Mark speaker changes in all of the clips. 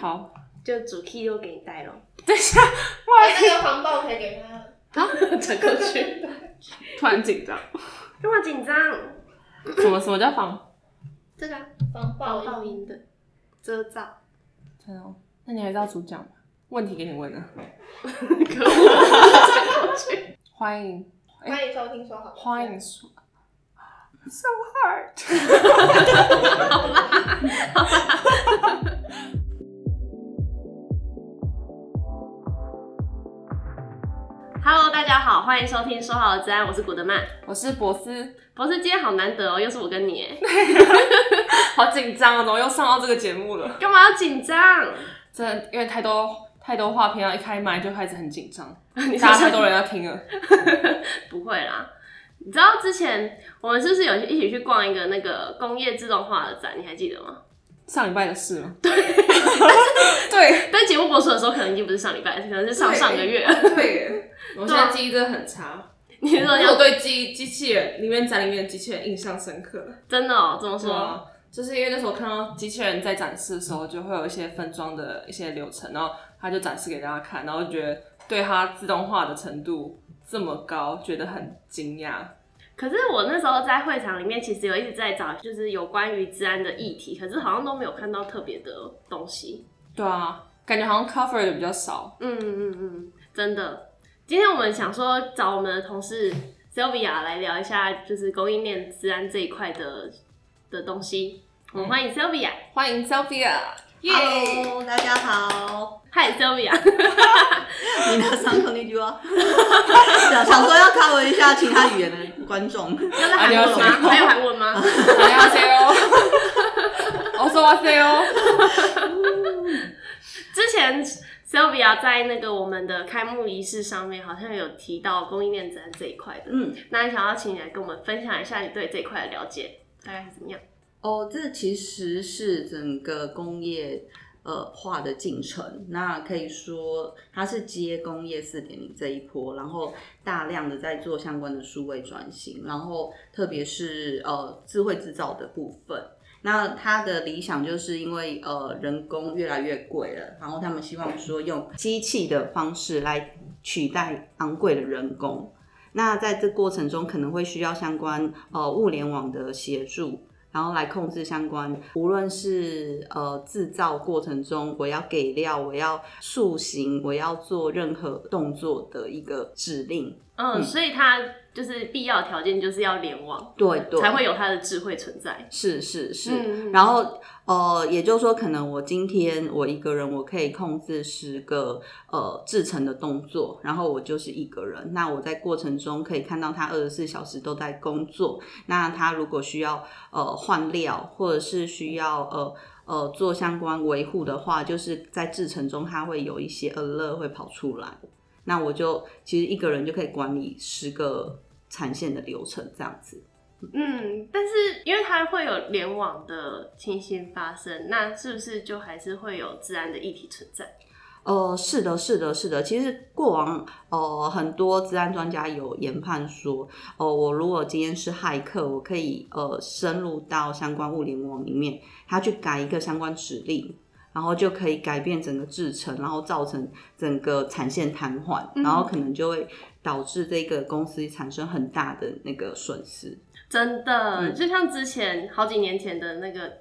Speaker 1: 好，
Speaker 2: 就主 key 又给你带了，
Speaker 1: 等一下，啊
Speaker 3: 哎那个防爆可以给他
Speaker 2: 整过去，
Speaker 1: 突然紧张。
Speaker 2: 干嘛紧张？
Speaker 1: 什么什么叫防？
Speaker 2: 这个啊
Speaker 3: 防爆
Speaker 2: 爆音的遮罩，
Speaker 1: 真的哦那你还是要主讲吧。问题给你问啊了，
Speaker 2: 可恶，过 去。
Speaker 1: 欢迎
Speaker 3: 欢迎收听说好的
Speaker 1: 欢迎说，so hard。
Speaker 2: Hello，大家好，欢迎收听《说好的治安》，我是古德曼
Speaker 1: 我是博斯，
Speaker 2: 博士。今天好难得哦，又是我跟你耶，
Speaker 1: 好紧张哦，怎么又上到这个节目了？
Speaker 2: 干嘛要紧张？
Speaker 1: 真的，因为太多太多话，平常一开麦就开始很紧张，
Speaker 2: 你
Speaker 1: 大家
Speaker 2: 说
Speaker 1: 太多人要听了。
Speaker 2: 不会啦。你知道之前我们是不是有一起去逛一个那个工业自动化的展？你还记得吗？
Speaker 1: 上礼拜的事了，对 对
Speaker 2: 但节目播出的时候，可能已经不是上礼拜，可能是上上个月。
Speaker 1: 对耶，我现在记忆真的很差。
Speaker 2: 你是说
Speaker 1: 因为我
Speaker 2: 要
Speaker 1: 对机机器人里面展里面的机器人印象深刻，
Speaker 2: 真的哦？这么
Speaker 1: 是
Speaker 2: 说，
Speaker 1: 吗？就是因为那时候看到机器人在展示的时候，就会有一些分装的一些流程，然后他就展示给大家看，然后就觉得对它自动化的程度这么高，觉得很惊讶。
Speaker 2: 可是我那时候在会场里面，其实有一直在找，就是有关于治安的议题，可是好像都没有看到特别的东西。
Speaker 1: 对啊，感觉好像 cover 的比较少。
Speaker 2: 嗯嗯嗯，真的。今天我们想说找我们的同事 Sylvia 来聊一下，就是供应链治安这一块的的东西。我们欢迎 Sylvia，
Speaker 1: 欢迎 Sylvia，
Speaker 4: Hello，大家好，
Speaker 2: 嗨 Sylvia，
Speaker 4: 你的上空那句话，想 想说要 cover 一下其他语言的观众，
Speaker 2: 要在韩文
Speaker 1: 啊你要
Speaker 2: 吗？
Speaker 1: 说
Speaker 2: 还有韩文吗？
Speaker 1: 大家 好，我说哇塞哦，
Speaker 2: 之前 Sylvia 在那个我们的开幕仪式上面好像有提到供应链治安这一块的，
Speaker 4: 嗯，
Speaker 2: 那想要请你来跟我们分享一下你对这一块的了解，大概是怎么样？
Speaker 4: 哦，这其实是整个工业呃化的进程。那可以说它是接工业四点零这一波，然后大量的在做相关的数位转型，然后特别是呃智慧制造的部分。那它的理想就是因为呃人工越来越贵了，然后他们希望说用机器的方式来取代昂贵的人工。那在这过程中可能会需要相关呃物联网的协助，然后来控制相关，无论是呃制造过程中，我要给料，我要塑形，我要做任何动作的一个指令。
Speaker 2: 嗯，所以它就是必要条件就是要联网，
Speaker 4: 对对，
Speaker 2: 才会有它的智慧存在。
Speaker 4: 是是是。
Speaker 2: 嗯嗯
Speaker 4: 然后呃，也就是说，可能我今天我一个人，我可以控制十个呃制成的动作，然后我就是一个人。那我在过程中可以看到他二十四小时都在工作。那他如果需要呃换料，或者是需要呃。呃，做相关维护的话，就是在制成中，它会有一些 alert 会跑出来。那我就其实一个人就可以管理十个产线的流程，这样子。
Speaker 2: 嗯，但是因为它会有联网的情形发生，那是不是就还是会有治安的议题存在？
Speaker 4: 呃，是的，是的，是的。其实过往呃，很多治安专家有研判说，哦、我如果今天是骇客，我可以呃深入到相关物联网里面，他去改一个相关指令，然后就可以改变整个制程，然后造成整个产线瘫痪，然后可能就会导致这个公司产生很大的那个损失。
Speaker 2: 真的，
Speaker 4: 嗯
Speaker 2: 就像之前好几年前的那个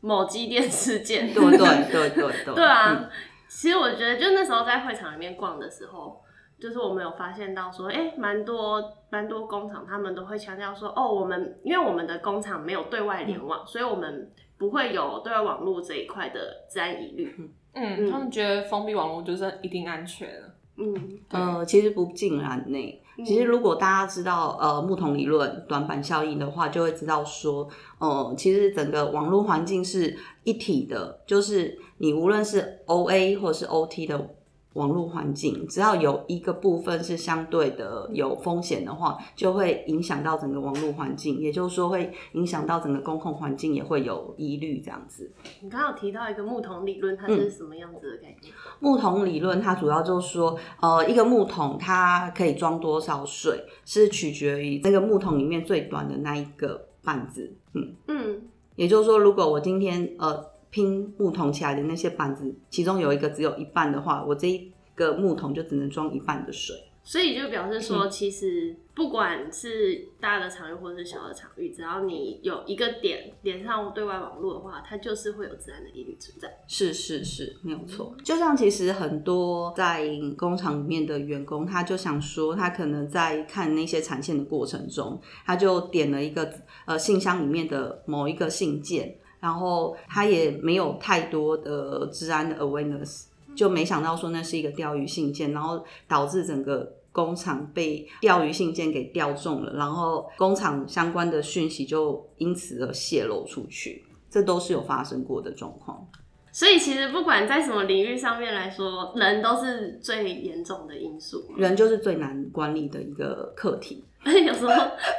Speaker 2: 某机电事件，
Speaker 4: 对对对对 对。
Speaker 2: 对
Speaker 4: 嗯
Speaker 2: 啊，其实我觉得，就那时候在会场里面逛的时候，就是我们有发现到说，哎、蛮多蛮多工厂他们都会强调说，哦，我们因为我们的工厂没有对外联网，所以我们不会有对外网络这一块的治安疑虑。
Speaker 1: 嗯，他们觉得封闭网络就是一定安全啊了。
Speaker 2: 嗯，
Speaker 4: 呃，其实不尽然呢。其实如果大家知道呃木桶理论、短板效应的话，就会知道说，呃，其实整个网络环境是一体的，就是你无论是 OA 或是 OT 的网络环境，只要有一个部分是相对的有风险的话，就会影响到整个网络环境，也就是说会影响到整个公共环境，也会有疑虑这样子。
Speaker 2: 你刚刚有提到一个木桶理论，它是什么样子的概念？
Speaker 4: 木桶理论它主要就是说，呃，一个木桶它可以装多少水，是取决于那个木桶里面最短的那一个板子。嗯，
Speaker 2: 嗯，
Speaker 4: 也就是说，如果我今天呃拼木桶起来的那些板子，其中有一个只有一半的话，我这一个木桶就只能装一半的水。
Speaker 2: 所以就表示说，其实不管是大的场域或者是小的场域，只要你有一个点连上对外网络的话，它就是会有自然的规律存在。
Speaker 4: 是是是，没有错。就像其实很多在工厂里面的员工，他就想说，他可能在看那些产线的过程中，他就点了一个呃信箱里面的某一个信件，然后他也没有太多的治安的 awareness，就没想到说那是一个钓鱼信件，然后导致整个。工厂被钓鱼信件给钓中了，然后工厂相关的讯息就因此而泄露出去，这都是有发生过的状况。
Speaker 2: 所以其实不管在什么领域上面来说，人都是最严重的因素嘛。
Speaker 4: 人就是最难管理的一个课 题。
Speaker 2: 而 且有时候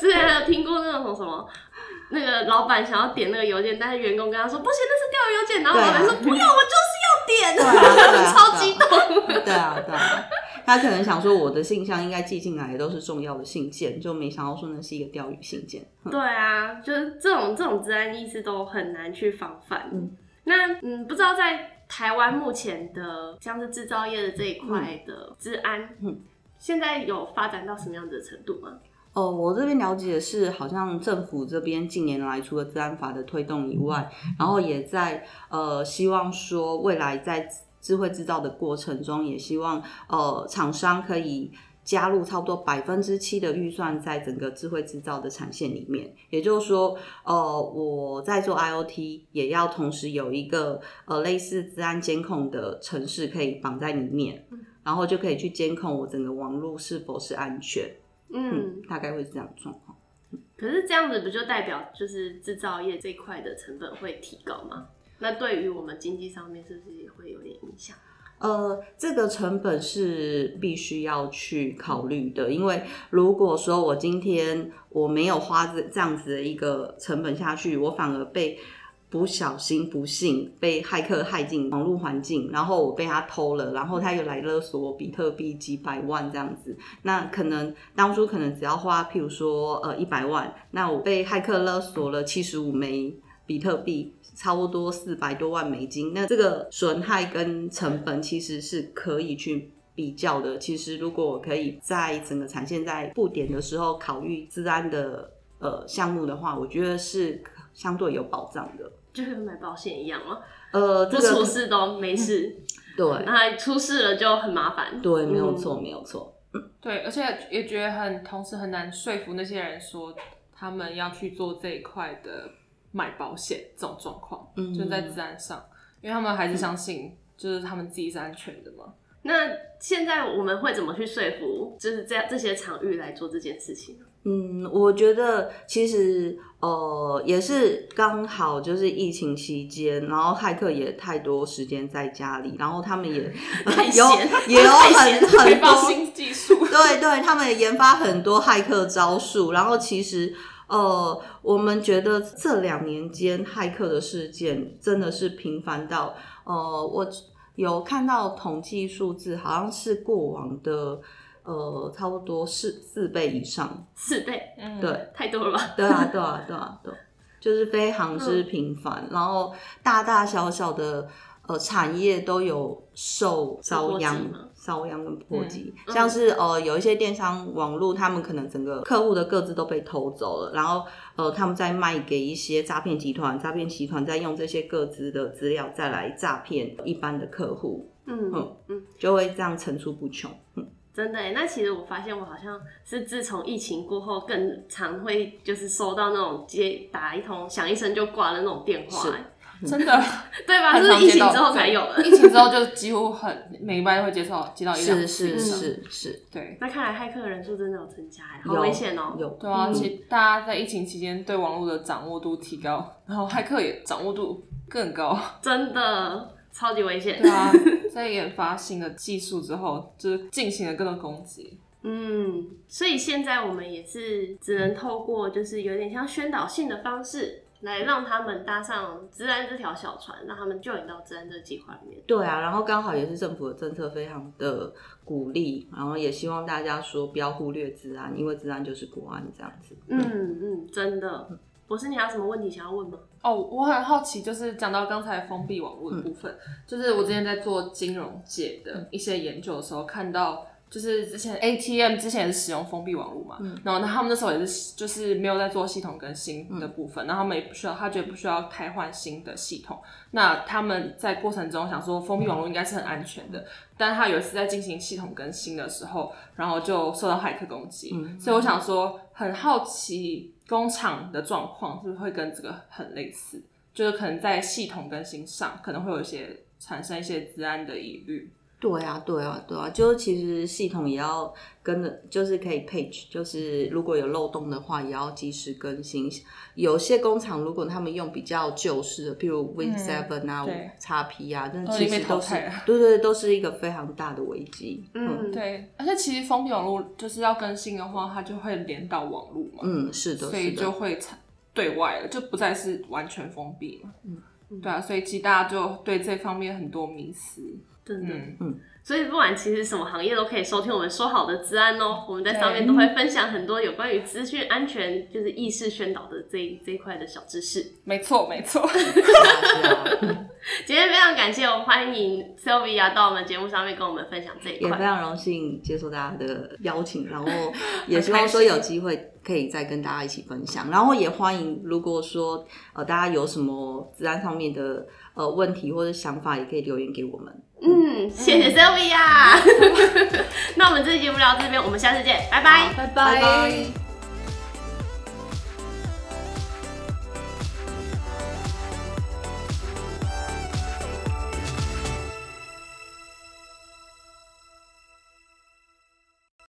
Speaker 2: 之前还有听过那种什么，那个老板想要点那个邮件，但是员工跟他说不行，那是钓鱼邮件，然后
Speaker 4: 对啊
Speaker 2: 老板说不要，我就是要点，
Speaker 4: 啊
Speaker 2: 超激动。
Speaker 4: 动。对啊，对啊。他可能想说，我的信箱应该寄进来的都是重要的信件，就没想到说那是一个钓鱼信件。
Speaker 2: 对啊，就是这种这种治安意识都很难去防范。
Speaker 4: 嗯
Speaker 2: 那嗯，不知道在台湾目前的像是制造业的这一块的治安，
Speaker 4: 嗯
Speaker 2: 现在有发展到什么样子的程度吗？
Speaker 4: 哦，我这边了解的是，好像政府这边近年来除了治安法的推动以外，然后也在呃希望说未来在智慧制造的过程中，也希望呃厂商可以。加入差不多百分之七的预算在整个智慧制造的产线里面，也就是说，呃，我在做 IOT，也要同时有一个呃类似治安监控的城市可以绑在里面，然后就可以去监控我整个网络是否是安全。
Speaker 2: 嗯，
Speaker 4: 大概会是这样的状况。
Speaker 2: 可是这样子不就代表就是制造业这一块的成本会提高吗？那对于我们经济上面是不是也会有点影响？
Speaker 4: 呃，这个成本是必须要去考虑的，因为如果说我今天我没有花这这样子的一个成本下去，我反而被不小心、不幸被骇客害进网络环境，然后我被他偷了，然后他又来勒索我比特币几百万这样子，那可能当初可能只要花，譬如说呃一百万，那我被骇客勒索了七十五枚比特币，差不多四百多万美金。那这个损害跟成本其实是可以去比较的。其实如果可以在整个产线在布点的时候考虑治安的呃项目的话，我觉得是相对有保障的。
Speaker 2: 就跟买保险一样吗？
Speaker 4: 呃，这
Speaker 2: 不出
Speaker 4: 个嗯
Speaker 2: 事嗯都没事，
Speaker 4: 对
Speaker 2: 那出事了就很麻烦。
Speaker 4: 对，没有
Speaker 2: 嗯
Speaker 4: 错，没有错。
Speaker 1: 对，而且也觉得很，同时很难说服那些人说他们要去做这一块的买保险这种状况，
Speaker 4: 嗯
Speaker 1: 就在自然上，因为他们还是相信就是他们自己是安全的嘛。
Speaker 2: 嗯那现在我们会怎么去说服，就是这这些场域来做这件事情呢？
Speaker 4: 嗯，我觉得其实呃也是刚好就是疫情期间，然后骇客也太多时间在家里，然后他们也、
Speaker 2: 太闲
Speaker 4: 有也有
Speaker 2: 太
Speaker 4: 很
Speaker 2: 闲
Speaker 1: 开
Speaker 4: 很
Speaker 1: 发
Speaker 4: 多
Speaker 1: 新技术，
Speaker 4: 对对，他们研发很多骇客招数，然后其实。呃，我们觉得这两年间骇客的事件真的是频繁到，呃，我有看到统计数字，好像是过往的呃差不多四四倍以上，
Speaker 2: 四倍
Speaker 1: 嗯，
Speaker 4: 对，
Speaker 2: 太多了吧？
Speaker 4: 对啊，对啊，对啊，对，就是非常
Speaker 2: 嗯
Speaker 4: 之频繁，然后大大小小的呃产业都有受遭殃
Speaker 2: 波及吗、
Speaker 4: 遭殃跟波及，
Speaker 2: 嗯
Speaker 4: 像是呃有一些电商网络，他们可能整个客户的各自都被偷走了，然后呃他们再卖给一些诈骗集团，诈骗集团再用这些各自的资料再来诈骗一般的客户，
Speaker 2: 嗯
Speaker 4: 嗯
Speaker 2: 嗯，
Speaker 4: 就会这样层出不穷。嗯
Speaker 2: 真的耶。那其实我发现我好像是自从疫情过后，更常会就是收到那种接打一通响一声就挂的那种电话
Speaker 4: 是
Speaker 2: 耶，
Speaker 1: 真 的，
Speaker 2: 对吧？
Speaker 1: 很
Speaker 2: 是不
Speaker 1: 常
Speaker 2: 是疫
Speaker 1: 接
Speaker 2: 情
Speaker 1: 到
Speaker 2: 之后才有的。
Speaker 1: 疫情之后就几乎很每一班都会接到接到一两
Speaker 4: 是
Speaker 1: 次以
Speaker 4: 是
Speaker 1: 上，
Speaker 4: 是是，
Speaker 1: 对。
Speaker 2: 那看来骇客的人数真的有增加耶，好
Speaker 4: 有
Speaker 2: 危险哦、
Speaker 4: 有
Speaker 1: 对啊，
Speaker 2: 嗯
Speaker 1: 而且大家在疫情期间对网络的掌握度提高，然后骇客也掌握度更高。
Speaker 2: 真的超级危险
Speaker 1: 对。 啊，在研发新的技术之后，就是进行了各种攻击。
Speaker 2: 嗯，所以现在我们也是只能透过就是有点像宣导性的方式，来让他们搭上治安这条小船，让他们就引到治安这个计划里面。
Speaker 4: 对啊，然后刚好也是政府的政策非常的鼓励，然后也希望大家说不要忽略治安，因为治安就是国安这样子。
Speaker 2: 嗯嗯嗯，真的。博士，你还有什么问题想要问吗？
Speaker 1: 哦，我很好奇，就是讲到刚才封闭网络的部分，就是我之前在做金融界的一些研究的时候，看到就是之前 ATM 之前也是使用封闭网络嘛，然后那他们那时候也是就是没有在做系统更新的部分，然后他们也不需要，他觉得不需要开换新的系统。那他们在过程中想说封闭网络应该是很安全的，但他有一次在进行系统更新的时候，然后就受到骇客攻击，所以我想说很好奇工厂的状况是不是会跟这个很类似，就是可能在系统更新上可能会有一些产生一些治安的疑虑。
Speaker 4: 对啊，对啊，对啊，就是其实系统也要跟着，就是可以配置，就是如果有漏洞的话，也要及时更新。有些工厂如果他们用比较旧式的，譬如 Win Seven 啊、
Speaker 1: 对
Speaker 4: 叉 P 啊，那
Speaker 1: 都已
Speaker 4: 其
Speaker 1: 经
Speaker 4: 实
Speaker 1: 被淘
Speaker 4: 都是
Speaker 1: 汰了
Speaker 4: 对对，都是一个非常大的危机。嗯
Speaker 2: 嗯，
Speaker 1: 对，而且其实封闭网络就是要更新的话，它就会连到网络嘛，
Speaker 4: 嗯，是的，
Speaker 1: 所
Speaker 4: 是
Speaker 1: 以就
Speaker 4: 的，
Speaker 1: 会产对外了，就不再是完全封闭嘛。嗯，对啊，所以其实大家就对这方面很多迷思。
Speaker 2: 真的。
Speaker 1: 嗯，
Speaker 2: 所以不管其实什么行业都可以收听我们说好的治安
Speaker 4: 嗯
Speaker 2: 哦，我们在上面都会分享很多有关于资讯安全就是意识宣导的这一这一块的小知识。
Speaker 1: 没错没错。
Speaker 4: 是啊是啊
Speaker 2: 今天非常感谢我们欢迎 Sylvia 到我们节目上面跟我们分享这一
Speaker 4: 也非
Speaker 2: 块。
Speaker 4: 常荣幸接受大家的邀请， 然后也希望说有机会可以再跟大家一起分享，然后也欢迎如果说呃大家有什么治安上面的呃问题或者想法，也可以留言给我们，
Speaker 2: 嗯，谢谢 Sylvia。那我们这期节目聊到这边，我们下次见，拜拜。
Speaker 1: 拜
Speaker 4: 拜拜。